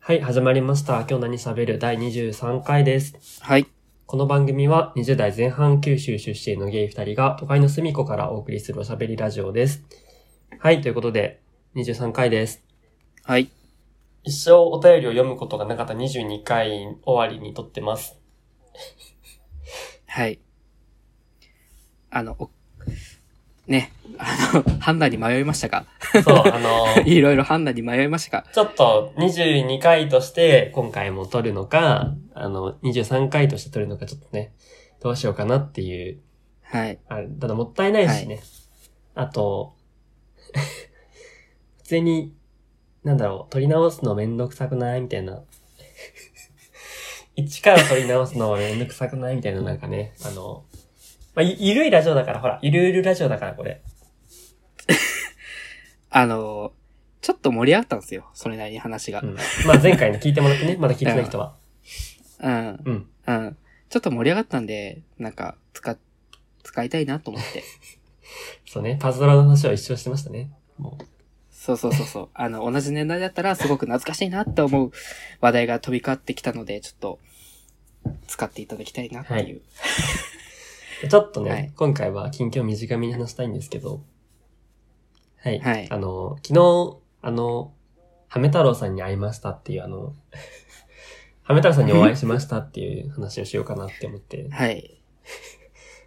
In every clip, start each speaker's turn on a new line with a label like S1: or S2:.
S1: はい、始まりました。今日何喋る第23回です。
S2: はい。
S1: この番組は20代前半九州出身のゲイ2人が都会の隅っこからお送りするおしゃべりラジオです。はい、ということで23回です。
S2: はい。
S1: 一生お便りを読むことがなかった22回終わりに撮って ます。
S2: はい。あの、おね、あの、 判断に迷いましたか
S1: そう、あのー
S2: いろいろ判断に迷いましたか
S1: ちょっと22回として今回も撮るのか、あの、23回として撮るのかちょっとね、どうしようかなっていう、
S2: はい。
S1: あれただもったいないしね。あと、 普通に、なんだろう、撮り直すのめんどくさくないみたいな。 一から撮り直すのめんどくさくないみたいななんかね、あの、まあ、ゆゆるいラジオだから、ほら、ゆるゆるラジオだからこれ。
S2: あの、ちょっと盛り上がったんですよ。それなりに話が
S1: う。ん、まあ前回の聞いてもらってね、まだ聞いてない人は。
S2: うん。
S1: うん。
S2: うん。ちょっと盛り上がったんで、なんか、使っ、使いたいなと思って。
S1: そうね、パズドラの話を一生してましたね。もう
S2: そうそうそうそう。あの、同じ年代だったらすごく懐かしいなって思う話題が飛び交ってきたので、ちょっと、使っていただきたいなっていう。
S1: ちょっとね、
S2: はい
S1: 今回は近況を短めに話したいんですけど、はい。
S2: はい
S1: あの、昨日、あの、ハメ太郎さんに会いましたっていう、あの、 ハメ太郎さんにお会いしましたっていう話をしようかなって思って。
S2: はい。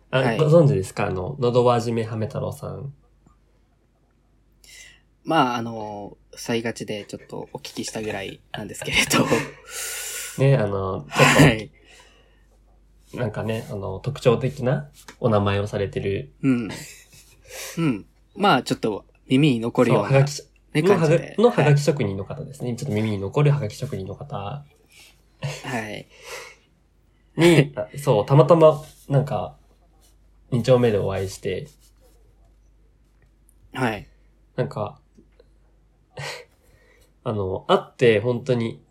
S1: あ、
S2: はい
S1: ご存知ですかあの、のどわじめハメ太郎さん。
S2: まあ、あの、塞いがちでちょっとお聞きしたぐらいなんですけれ ど。
S1: ね、あの、ちょっと、
S2: はい。
S1: なんかね、あの、特徴的なお名前をされてる、
S2: うん。うん。まあ、ちょっと耳に残る
S1: そう
S2: よう
S1: はが
S2: な、ね
S1: き、、の
S2: 感
S1: は
S2: じ
S1: が
S2: で。
S1: のは
S2: は
S1: が
S2: い
S1: き職人の方ですね。ちょっと耳に残るはがき職人の方
S2: はい。
S1: に、あそう、たまたま、なんか、二丁目でお会いして、
S2: はい。
S1: なんか、 あの、会って本当に、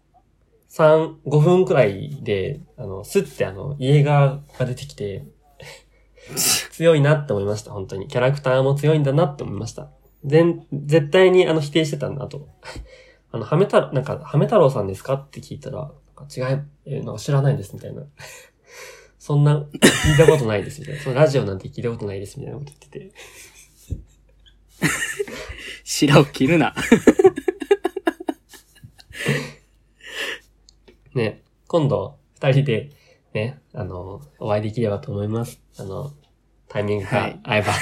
S1: 三、五分くらいで、あの、スってあの、家側が出てきて、 強いなって思いました、本当に。キャラクターも強いんだなって思いました。全、絶対にあの、否定してたんだと。 あの、はめた、なんか、はめ太郎さんですかって聞いたら、なんか違い、えなんか知らないです、みたいな。 そんな、聞いたことないです、みたいな。そのラジオなんて聞いたことないです、みたいなこと言ってて。
S2: 白を切るな。
S1: ね、今度、二人で、ね、あの、お会いできればと思います。あの、タイミング
S2: は
S1: が
S2: い
S1: 合えば。い、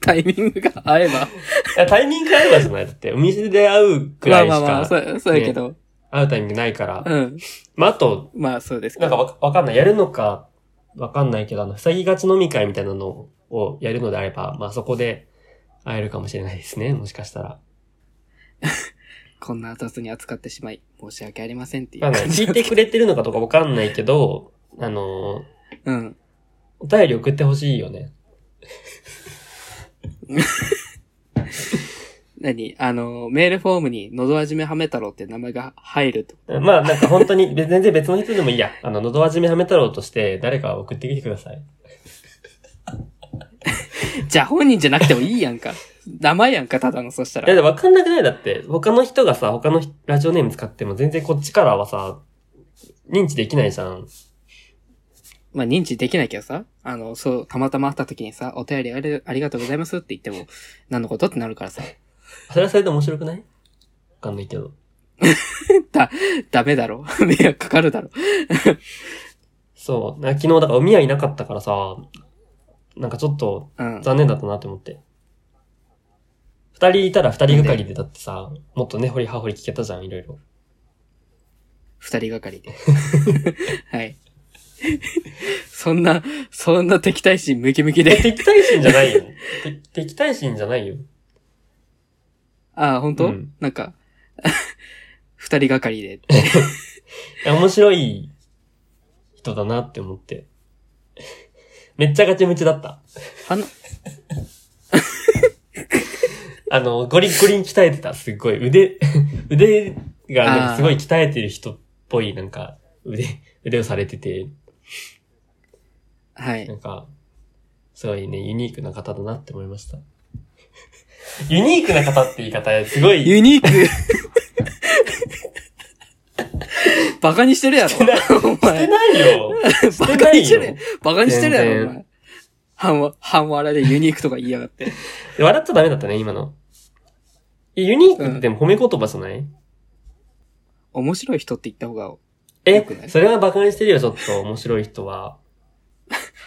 S2: タイミングが合えば。
S1: や、タイミングが合えばじゃない。だって、お店で会うくらいし
S2: まあまあまあ、そ
S1: か、
S2: う、そうやけど。
S1: 会うタイミングないから。
S2: うん。
S1: まあ、あと、
S2: まあ、そうですけ
S1: なん
S2: ど。
S1: かわわかんない。やるのか、わかんないけど、あの、ふさぎがち飲み会みたいなのをやるのであれば、まあ、そこで会えるかもしれないですね。もしかしたら。
S2: こんな雑に扱ってしまい、申し訳ありませんっていう
S1: まあ
S2: 感
S1: ね、
S2: じ。
S1: 聞いてくれてるのかとかわかんないけど、あの、
S2: うん。
S1: お便り送ってほしいよね。
S2: 何あの、メールフォームに、のどあじめはめ太郎って名前が入ると。
S1: まあなんか本当に、 別全然別の人でもいいや。あの、のど味めはめ太郎として誰か送ってきてください。
S2: じゃあ本人じゃなくてもいいやんか。名前やんか、ただの、そした
S1: いや
S2: ら。
S1: でもわかんなくないだって、他の人がさ、他のラジオネーム使っても全然こっちからはさ、認知できないじゃん。
S2: まあ、認知できないけどさ。あの、そう、たまたま会った時にさ、お便りありありがとうございますって言っても、何のことってなるからさ。
S1: それはそれで面白くないわかんないけど。
S2: ダメだろ。 迷惑かかるだろ。
S1: そう。な昨日だからおみやいなかったからさ、なんかちょっと
S2: うん。
S1: 残念だったなって思って。二人いたら二人がかりでだってさ、もっとね、掘り葉掘り聞けたじゃん、いろいろ。
S2: 二人が かりで。はい。そんな、そんな敵対心ムキムキ
S1: え、
S2: で。
S1: 敵対心じゃないよ。 て敵対心じゃないよ。
S2: ああ、本当、
S1: うん
S2: なんか、 二人がかりで。
S1: いや面白い人だなって思って。めっちゃガチムチだった。
S2: あの、
S1: あの、ゴリッゴリに鍛えてた。すっごい。腕、 腕がなんかすごい鍛えてる人っぽい、なんか、腕、腕をされてて、
S2: はい
S1: な。んか、すごいね、ユニークな方だ なって思いました。ユニークな方って言い方、すごい、
S2: ユニーク。 バカにしてるやろ。
S1: してない
S2: お
S1: して
S2: 前。
S1: ないよし
S2: バ
S1: て
S2: カ
S1: な
S2: に
S1: い
S2: してる
S1: よ。
S2: バカにしてるやろ、お
S1: 全
S2: 前。半わ、半笑いでユニークとか言いやがって。
S1: 笑っちゃダメだったね、今の。えユニークってでも褒め言葉じゃない、
S2: 面白い人って言った方が、よ
S1: え
S2: くな、い
S1: それはバカにしてるよ、ちょっと。面白い人は。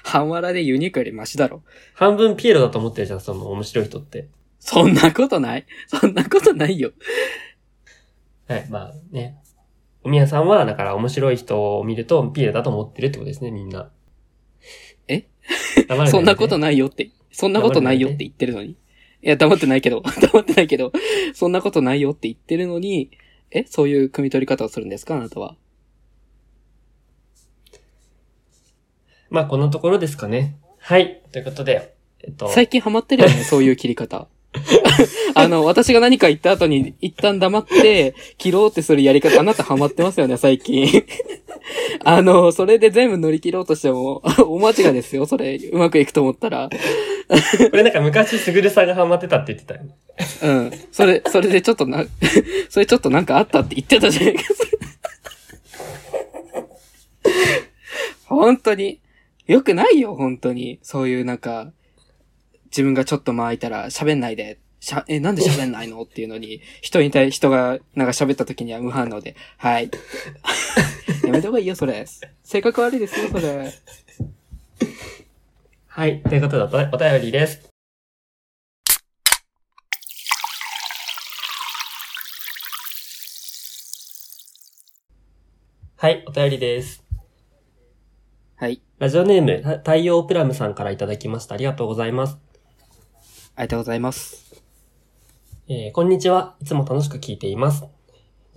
S2: 半笑いでユニークよりマシだろ。
S1: 半分ピエロだと思ってるじゃん、その面白い人って。
S2: そんなことない。そんなことないよ。
S1: はい、まあね。おみやさんは、だから面白い人を見るとピエロだと思ってるってことですね、みんな。
S2: え
S1: 黙るでね
S2: そんなことないよって。そんなことないよって言ってるのに。いや、黙ってないけど、 黙ってないけど、そんなことないよって言ってるのに、え、そういう汲み取り方をするんですかあなたは。
S1: まあ、このところですかね。はい。ということで、えっと、
S2: 最近ハマってるよね、そういう切り方。 あの、私が何か言った後に、一旦黙って、切ろうってするやり方、あなたハマってますよね、最近。 あの、それで全部乗り切ろうとしても、 お間違いですよ、それ。うまくいくと思ったら。
S1: これなんか昔、すぐるさんがハマってたって言ってたよね。
S2: うん。それ、それでちょっとな、 それちょっとなんかあったって言ってたじゃないか。本当に。良くないよ、本当に。そういうなんか、自分がちょっと間空いたら喋んないで。しゃ、え、なんで喋んないのっていうのに、人に対、人が、なんか喋った時には無反応で、はい。 やめた方がいいよ、それ。性格悪いですよ、それ。
S1: はい。ということで、お便りです。はい、お便りです。
S2: はい。
S1: ラジオネーム、た太陽プラムさんからいただきました。ありがとうございます。
S2: ありがとうございます。
S1: えーこんにちは。いつも楽しく聞いています。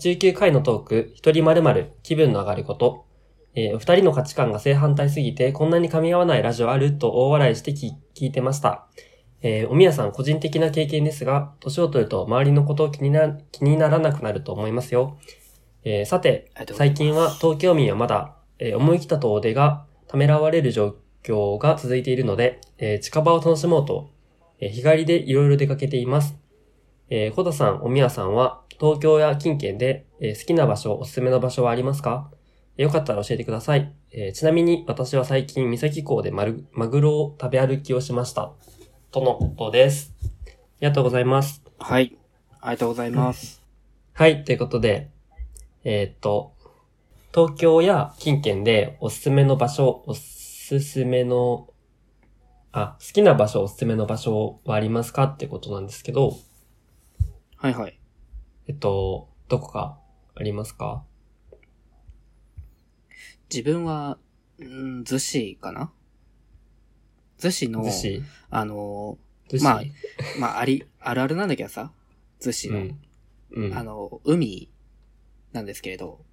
S1: 19回のトーク、一人〇〇、気分の上がること。えーお二人の価値観が正反対すぎて、こんなに噛み合わないラジオあると大笑いしてき聞いてました。えーおみやさん個人的な経験ですが、年を取ると周りのことを気にな、気にならなくなると思いますよ。えーさて
S2: ありがと、うござい
S1: 最
S2: ます
S1: 近は東京民はまだ、えー思い切った遠出がためらわれる状況が続いているので、えー近場を楽しもうと、えー日帰りでいろいろ出かけています。えー、小田さん、おみやさんは、東京や近県で、えー好きな場所、おすすめの場所はありますかえーよかったら教えてください。えーちなみに、私は最近、三崎港でマルマグロを食べ歩きをしました。とのことです。ありがとうございます。
S2: はい。ありがとうございます。
S1: はい、ということで、えーっと、東京や近県でおすすめの場所、おすすめの、あ、好きな場所、おすすめの場所はありますかってことなんですけど、
S2: はいはい。
S1: えっと、どこかありますか
S2: 自分は、うん逗子かな逗子の
S1: 寿、司。
S2: あの
S1: 寿司。
S2: まあー、まあ、あり、あるあるなんだけどさ、逗子
S1: う
S2: の、
S1: ん。うん。
S2: あの、海なんですけれど、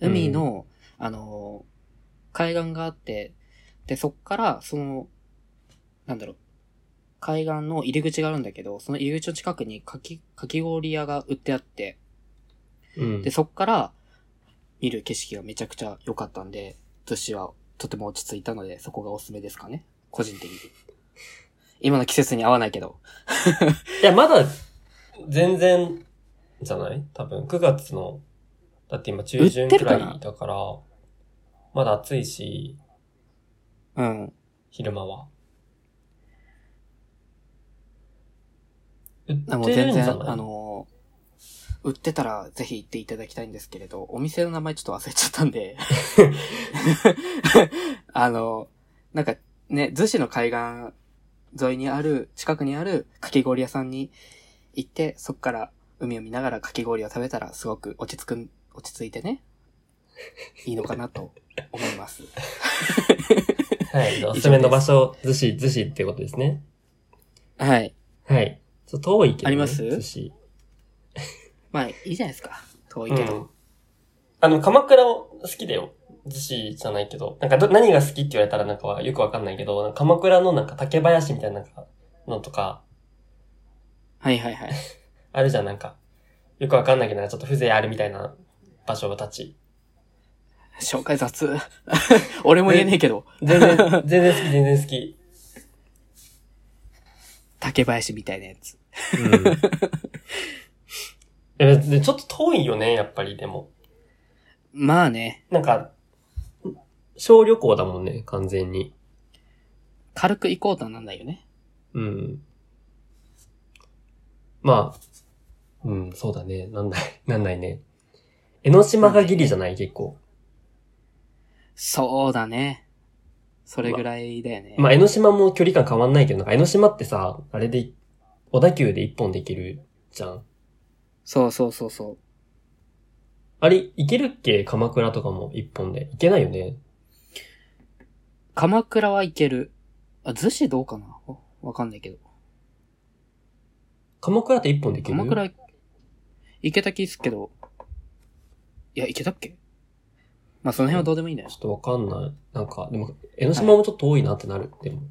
S2: 海の、あの、海岸があって、で、そっから、その、なんだろう、海岸の入り口があるんだけど、その入り口の近くにかき、かき氷屋が売ってあって、
S1: うん
S2: で、そっから見る景色がめちゃくちゃ良かったんで、私はとても落ち着いたので、そこがおすすめですかね。個人的に。今の季節に合わないけど。
S1: いや、まだ、全然、じゃない多分、9月の、だって今中旬
S2: 売って
S1: く
S2: るからない
S1: だから、まだ暑いし、
S2: うん。
S1: 昼間は。売っ
S2: あもう
S1: てるん
S2: 全
S1: じ
S2: 然、
S1: ゃない
S2: あのー売ってたらぜひ行っていただきたいんですけれど、お店の名前ちょっと忘れちゃった んで。あのーなんかね、逗子の海岸沿いにある、近くにあるかき氷屋さんに行って、そっから海を見ながらかき氷を食べたらすごく落ち着く、落ち着いてね、いいのかなと思います。
S1: はい、おすすめの場所、寿司、寿司ってことですね。
S2: はい。
S1: はい。ちょっと遠いけど、ね。
S2: あります
S1: 寿司。
S2: まあ、いいじゃないですか。遠いけど。
S1: うんあの、鎌倉を好きだよ。寿司じゃないけど。なんかど、何が好きって言われたらなんかはよくわかんないけど、なんか鎌倉のなんか竹林みたいななんかのとか、
S2: はいはいはい。
S1: あるじゃん、なんか。よくわかんないけど、なんかちょっと風情あるみたいな場所たち。
S2: 紹介雑。 俺も言えねえけど。
S1: 全然、全然好き、全然好き。
S2: 竹林みたいなやつ。
S1: うん。え、でちょっと遠いよね、やっぱり、でも。
S2: まあね、
S1: なんか、小旅行だもんね、完全に。
S2: 軽く行こうとはなんだよね。
S1: うん。まあ、うん、そうだね。なんない、 なんないね。江ノ島がギリじゃない、結構。
S2: そうだね。それぐらいだよね。
S1: まあ、江ノ島も距離感変わんないけど、なんか江ノ島ってさ、あれで、小田急で一本で行けるじゃん。
S2: そうそうそうそう。
S1: あれ、行けるっけ鎌倉とかも一本で。行けないよね。
S2: 鎌倉は行ける。あ、逗子どうかなわわかんないけど。
S1: 鎌倉って一本で行ける
S2: 鎌倉、行けた気すっけど。いや、行けたっけまあ、その辺はどうでもいいんだよ
S1: ちょ。っとわかんない。なんか、でも、江ノ島もちょっと遠いなってなる。でも。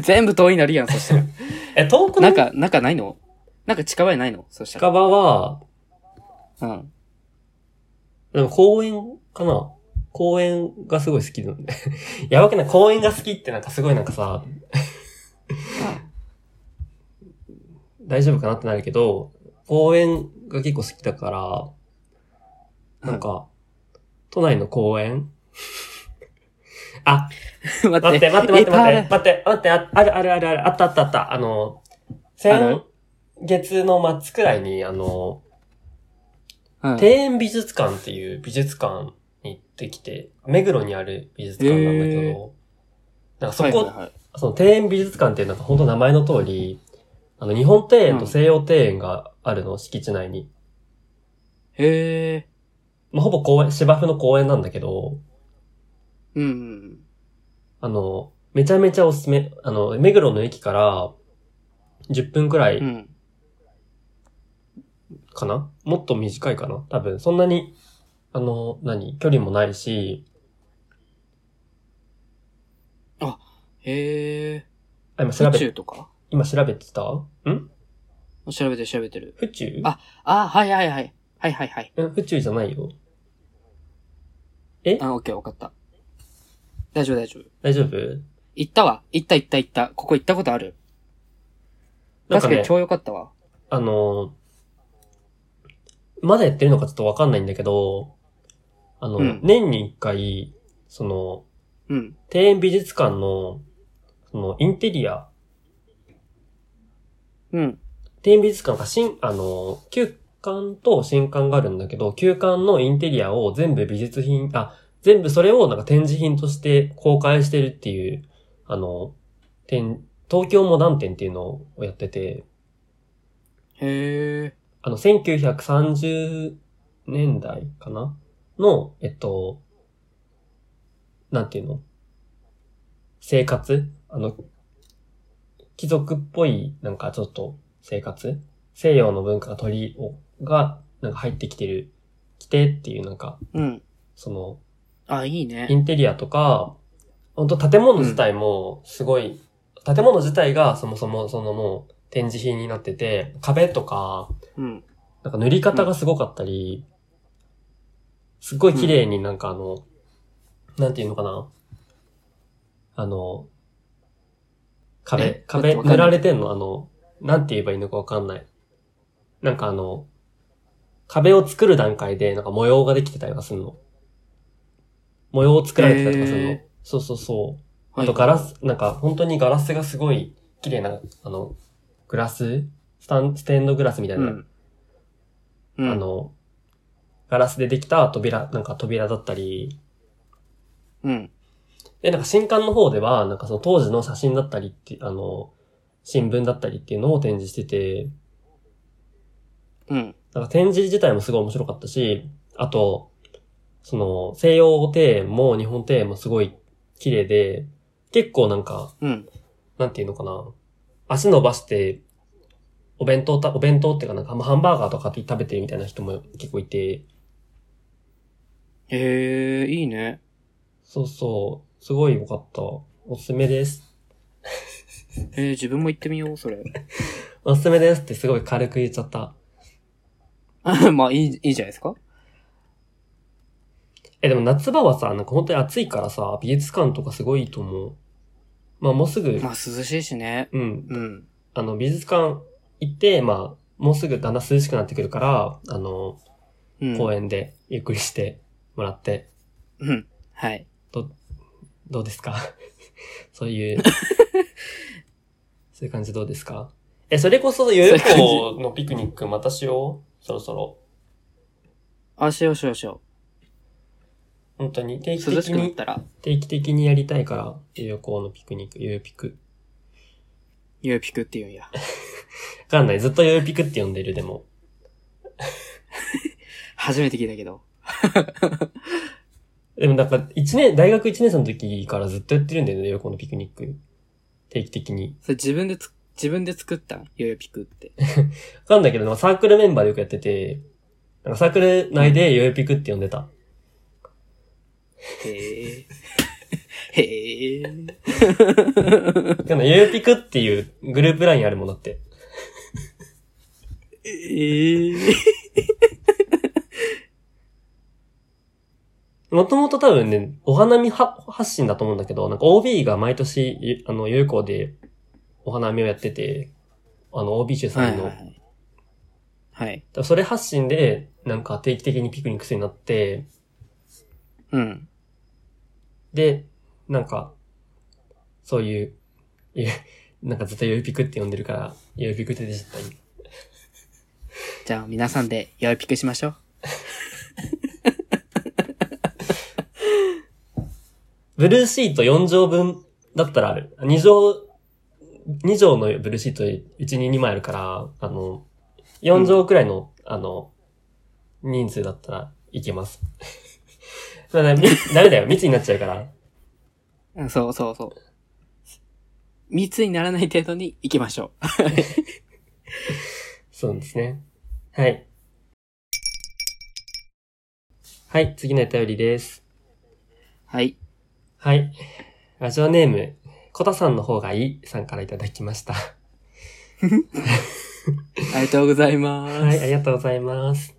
S2: 全部遠いなるやん、そしたら。
S1: え、遠くな
S2: な
S1: んんか、
S2: か、なんかないのなんか近場にないのそしたら。
S1: 近場は、
S2: うん。
S1: でも公園かな公園がすごい好きなんで。 やばくない公園が好きってなんかすごいなんかさ、大丈夫かなってなるけど、公園が結構好きだから、 なんか、都内の公園 あ、
S2: 待
S1: 待
S2: っ
S1: って
S2: て、
S1: 待って待って
S2: いぱい
S1: 待
S2: あ
S1: って
S2: る
S1: 待って待ってああるあるあるあるあったあったあったあの
S2: あ
S1: 先
S2: る
S1: 月の末くらいにあの
S2: うん
S1: 庭園美術館っていう美術館に行ってきて目黒にある美術館なんだけど、
S2: へ
S1: なんかそこ、
S2: はいはいはい
S1: その庭園美術館ってなんか本当名前の通りあの日本庭園と西洋庭園があるの、敷地内に、
S2: へえ。
S1: まあ、ほぼ公園芝生の公園なんだけど
S2: うんうん。
S1: あのめちゃめちゃおすすめあの目黒の駅から10分くらい、
S2: うん。
S1: かなもっと短いかな多分、そんなに、あの、何距離もないし、
S2: へえ。
S1: あ、今調
S2: 宇
S1: べ、
S2: 宙とか
S1: 今調べてたん
S2: 調べてる調べてる。
S1: 府中
S2: ああ、はいはいはい。はいはいはい。
S1: うん府中じゃないよ。
S2: あ、オッケー、わかった。大丈夫大丈夫。
S1: 大丈夫
S2: 行ったわ。行った行った行った。ここ行ったことある。
S1: なん
S2: 確
S1: か
S2: かに
S1: ね、
S2: 超良かったわ。
S1: あの、まだやってるのかちょっとわかんないんだけど、あの、
S2: うん
S1: 年に一回、その、
S2: うん。
S1: 庭園美術館の、その、インテリア、
S2: うん。
S1: 庭園美術館が新、あの、旧館と新館があるんだけど、旧館のインテリアを全部美術品、あ、全部それをなんか展示品として公開してるっていう、あの、展、東京モダン展っていうのをやってて、
S2: へえ。
S1: あの、1930年代かなの、えっと、なんていうの生活あの、貴族っぽい、なんかちょっと生活西洋の文化が取りを、が、なんか入ってきてる、来てっていうなんか、
S2: うん。
S1: その、
S2: あ、いい
S1: イ
S2: ね。
S1: ンテリアとか、本当建物自体もすごい、建物自体がそもそもそのもう展示品になってて、壁とか、
S2: うん。
S1: なんか塗り方がすごかったり、すっごい綺麗になんかあの、なんていうのかな。あの、壁
S2: え、
S1: 壁
S2: ちょっと
S1: 塗
S2: わかんない
S1: られてんのあの、なんて言えばいいのかわかんない。なんかあの、壁を作る段階でなんか模様ができてたりとかするの。模様を作られてたりとかするの。
S2: へー
S1: そうそうそう。
S2: はい
S1: あとガラス、なんか本当にガラスがすごい綺麗な、あの、グラススタン、ステンドグラスみたいうな、
S2: ん。うん。
S1: あの、ガラスでできた扉、なんか扉だったり、
S2: うん。
S1: で、なんか新刊の方では、なんかその当時の写真だったりって、あの、新聞だったりっていうのを展示してて、
S2: うん。
S1: なんか展示自体もすごい面白かったし、あと、その西洋庭園も日本庭園もすごい綺麗で、結構なんか、
S2: うん。
S1: なんていうのかな。足伸ばして、お弁当た、お弁当っていうかなんか、まあハンバーガーとか買って食べてるみたいな人も結構いて、
S2: へえ、いいね。
S1: そうそう、すごい良かった。おすすめです。
S2: えー、自分も行ってみよう、それ。
S1: おすすめですってすごい軽く言っちゃった。
S2: あまあ、いい、いいじゃないですか。
S1: え、でも夏場はさ、なんか本当に暑いからさ、美術館とかすごいいいと思う。まあもうすぐ、
S2: まあ、涼しいしね。
S1: うん、
S2: うん。
S1: あの美術館行って、まあもうすぐだんだん涼しくなってくるから、あの、
S2: うん。
S1: 公園でゆっくりしてもらって、
S2: うん。はい。
S1: どうですか そういう、そういう感じどうですかえ、それこそ
S2: うい
S1: 夜
S2: う感じ
S1: 行のピクニックまたしようそろそろ。
S2: あ、しようしようしよ
S1: 本当に定期
S2: う。涼
S1: 的
S2: しくなっ
S1: に、
S2: たら、
S1: 定期的にやりたいから、夜行のピクニック、夜ピク。
S2: ゆうぴくって言うんや。
S1: わかんない。ずっと夜ピクって呼んでる、でも。
S2: 初めて聞いたけど。
S1: でもなんか、一年、大学一年生の時からずっとやってるんだよね、夜行のピクニック。定期的に。
S2: それ自分でつ、自分で作ったんゆうぴくって。
S1: わかんないけど、なんかサークルメンバーでよくやってて、なんかサークル内で夜ピクって呼んでた。
S2: へえ。へえ。
S1: でも、ゆうピクっていうグループラインあるもんだって。
S2: ええ。
S1: もともと多分ね、お花見は発信だと思うんだけど、なんか OB が毎年、ゆあの、有効でお花見をやってて、あの、OB 主
S2: はい
S1: 催の。
S2: はいはい。はい。
S1: だからそれ発信で、なんか定期的にピクニックするようになって、
S2: うん。
S1: で、なんか、そういう、ゆなんかずっとゆうピクって呼んでるから、ゆうピクって出ちゃったり。
S2: じゃあ皆さんでゆうぴくしましょう。
S1: ブルーシート4畳分だったらある。2畳、2畳のブルーシートうちに2枚あるから、あの、4畳くらいの、あの、人数だったらいけます。 だからみダメだよ。密になっちゃうから。
S2: うんそうそうそう。密にならない程度に行きましょう。
S1: そうですね。はい。はい、次のお便りです。
S2: はい。
S1: はい。ラジオネーム、コタさんの方がいいさんからいただきました。
S2: ありがとうございます。
S1: はい、ありがとうございます。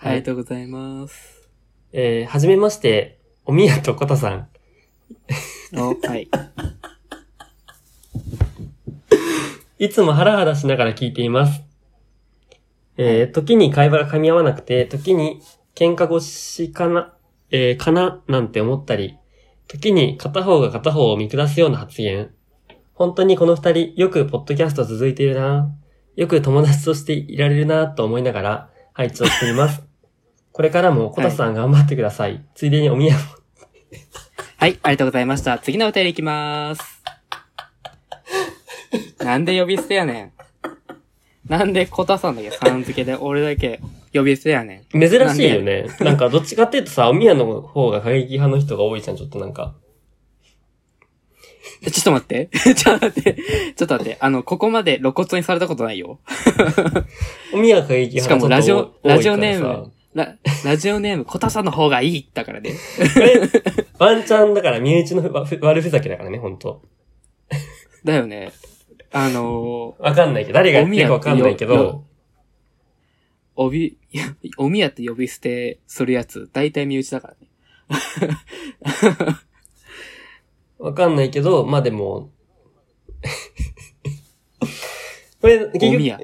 S2: ありがとうございます。
S1: えー、はじめまして、おみやとこたさん。
S2: お、はい。
S1: いつもハラハラしながら聞いています。えー、時に会話が噛み合わなくて、時に喧嘩越しかな、えー、かななんて思ったり、時に片方が片方を見下すような発言。本当にこの二人、よくポッドキャスト続いているなよく友達としていられるなと思いながら、拝聴しています。 これからも、こたさん頑張ってください。ついでにおみやも
S2: はい、ありがとうございました。次のお便りいきます。なんで呼び捨てやねん。なんでコタさんだけさん付けで俺だけ呼び捨てやねん。
S1: 珍しいよね。 なんか、どっちかっていうとさ、おみやの方が過激派の人が多いじゃん、ちょっとなんか。
S2: えちょっと待って。 ちょっと待って。ちょっと待って。あの、ここまで露骨にされたことないよ。
S1: おみやが過激
S2: しか
S1: 派の
S2: もラジ
S1: 人
S2: オ、
S1: が
S2: ラ
S1: 多い
S2: ジオ
S1: か
S2: ネ
S1: ら
S2: ー
S1: さ
S2: ム。、ララジオネーム、コタさんの方がいい。だからね。
S1: これ、ワンチャンだから、身内のふわふ 悪ふざけだからね、ほんと。
S2: だよね。あのー、
S1: わかんないけど、誰がやってるかわかんないけ
S2: おみやって
S1: ど、
S2: おび、 いやおみやって呼び捨てするやつ、大体身内だからね。
S1: わかんないけど、まあでも、 これ、結
S2: おみ
S1: 局、
S2: や。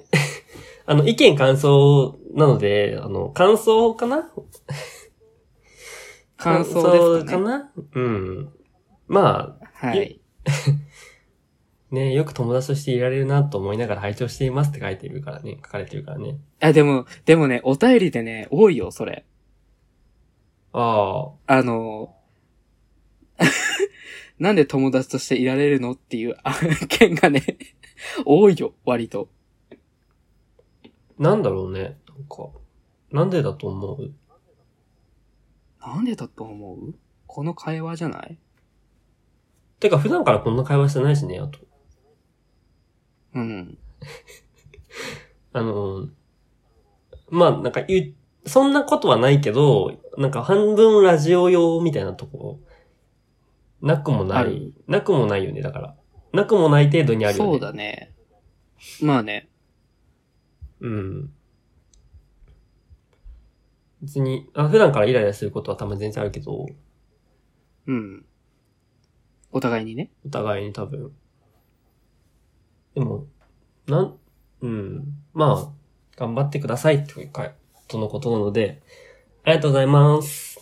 S1: あの、意見感想なので、あの、感想かな
S2: 感想です
S1: 感想
S2: かね。
S1: なうん。まあ、
S2: はい。
S1: ね、よく友達としていられるなと思いながら拝聴していますって書いてるからね、書かれてるからね。
S2: あ、でも、でもね、お便りでね、多いよ、それ。
S1: あ
S2: あの ー、なんで友達としていられるのっていう案件がね、多いよ、割と。
S1: あ、なんだろうね。なんか、なんでだと思う
S2: なんでだと思うこの会話じゃない
S1: てか、普段からこんな会話してないしね、あと。
S2: うん。
S1: あの、まあ、なんか言う、そんなことはないけど、なんか半分ラジオ用みたいなとこ、なくもな
S2: あ
S1: い
S2: る。
S1: なくもないよね、だから。なくもない程度にあるよね。
S2: そう。だね。まあね。
S1: うん。別にあ、普段からイライラすることは多分全然あるけど、
S2: うん。お互いにね。
S1: お互いに多分。でも、なん、うん。まあ、頑張ってくださいっていうかとのことなので、ありがとうございます。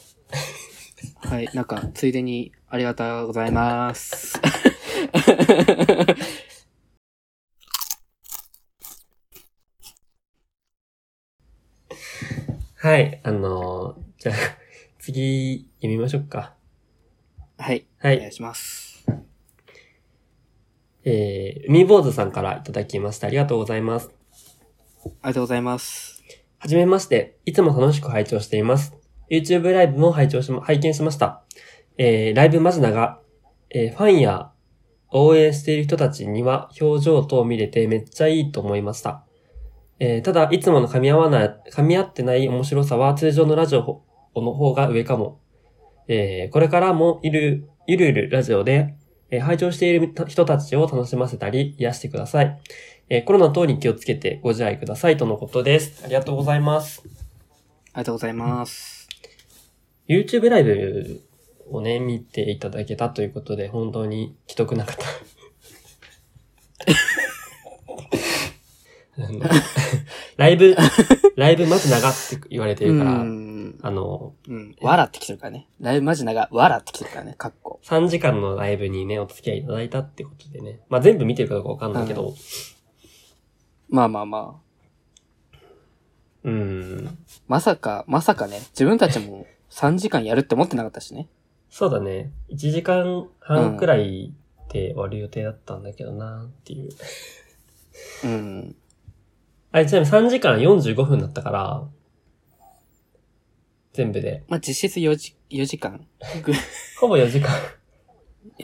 S2: はい、なんか、ついでに、ありがとうございます。
S1: はい、あのーじゃあ、 次、読みましょうか。
S2: はい、
S1: は
S2: お願
S1: い
S2: い。します。
S1: えー、海坊主さんからいただきました。ありがとうございます。
S2: ありがとうございます。
S1: はじめまして。いつも楽しく拝聴しています。YouTube ライブも拝聴しま、拝見しました。えー、ライブマジナが、えーファンや応援している人たちには表情等を見れてめっちゃいいと思いました。えーただ、いつもの噛み合わない、噛み合ってない面白さは通常のラジオの方が上かも。えーこれからもいる、ゆるゆるラジオで、えー拝聴している人たちを楽しませたり、癒してください。えーコロナ等に気をつけてご自愛くださいとのことです。ありがとうございます。
S2: ありがとうございます。
S1: YouTube ライブをね、見ていただけたということで、本当に既得 な方。あのライブ、ライブまず長って言われてるか
S2: う
S1: ら、
S2: ん。
S1: あの、
S2: うん。笑ってきてるからね。ライブマジ長い。笑ってきてるからね。かっこ。
S1: 3時間のライブにね、お付き合いいただいたってことでね。まあ、全部見てるかどうかわかんないけど、
S2: まあまあま
S1: うん。
S2: あ。まさか、まさかね、自分たちも3時間やるって思ってなかったしね。
S1: そうだね。1時間半くらいで終わる予定だったんだけどなっていう。
S2: うん。
S1: あれ、ちなみに3時間45分だったから、全部で。
S2: まあ実質4時、4時 間。
S1: ほぼ4時間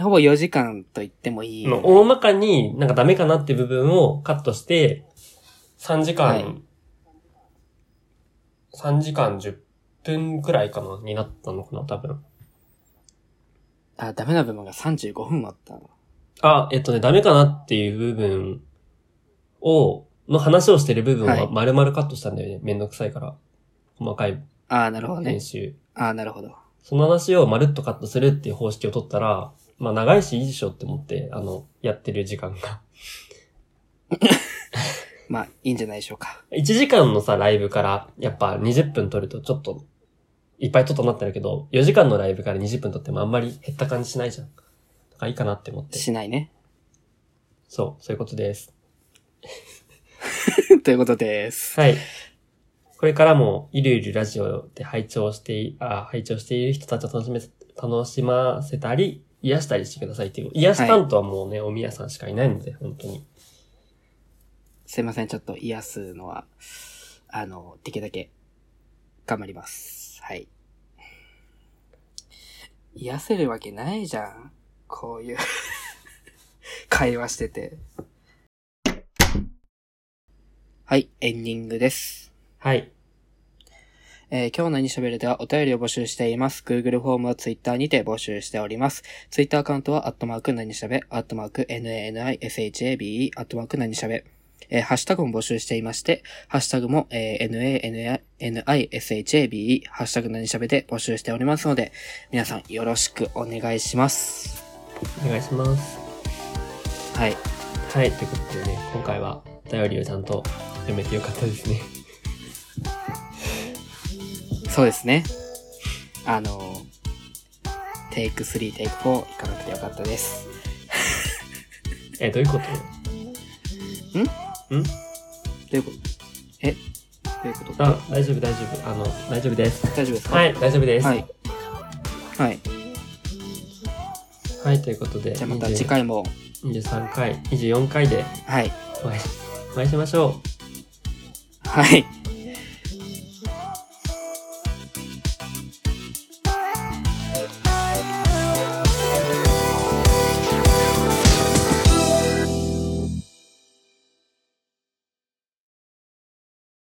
S2: ほぼ4時間と言ってもいい。
S1: の大まかになんかダメかなって部分をカットして、3時間、
S2: はい
S1: 3時間10分くらいかな、になったのかな、多分。
S2: あ、ダメな部分が35分もあった。
S1: あ、えっとね、ダメかなっていう部分を、の話をしてる部分
S2: は
S1: はい丸々カットしたんだよね。めんどくさいから。細かい
S2: ああ、なるほどね
S1: 編。集。
S2: ああ、なるほど。
S1: その話をまるっとカットするっていう方式を取ったら、まあ長いしいいでしょって思って、あの、やってる時間が。
S2: まあ、いいんじゃないでしょうか。
S1: 1時間のさ、ライブから、やっぱ20分撮るとちょっと、いっぱい撮ったなってなるけど、4時間のライブから20分撮ってもあんまり減った感じしないじゃん。だからいいかなって思って。
S2: しないね。
S1: そう、そういうことです。
S2: ということです。
S1: はい。これからも、ゆるゆるラジオで拝聴してい、あ、拝聴している人たちを楽しめ、楽しませたり、癒したりしてくださいっていう。癒し担当はもうね、おみやさんしかいないので、本当に。
S2: すいません、ちょっと癒すのは、あの、できるだけ、頑張ります。はい。癒せるわけないじゃん。こういう、 会話してて。はい、エンディングです。
S1: はい。
S2: えー今日何喋るではお便りを募集しています。Google フォームは Twitter にて募集しております。Twitter アカウントは、アットマーク何喋、アットマーク NANISHABE、アットマーク何喋。えーハッシュタグも募集していまして、ハッシュタグも、えー NANISHABE、ハッシュタグ何喋で募集しておりますので、皆さんよろしくお願いします。
S1: お願いします。
S2: はい。
S1: はい、ということでね、今回はお便りをちゃんと読めてよかったですね。
S2: そうですね。あの、テイク3、テイク4、行かなくてよかったです。
S1: え、どういうことんん
S2: ということ、えということ
S1: あ、大丈夫、大丈夫。あの、大丈夫です。
S2: 大丈夫ですか
S1: はい、大丈夫です。
S2: は
S1: はいい、。
S2: はい。
S1: ということで、
S2: じゃあまた
S1: 20
S2: 次回も、
S1: 23回、24回で
S2: はい。
S1: お会いお会いしましょう。
S2: はい。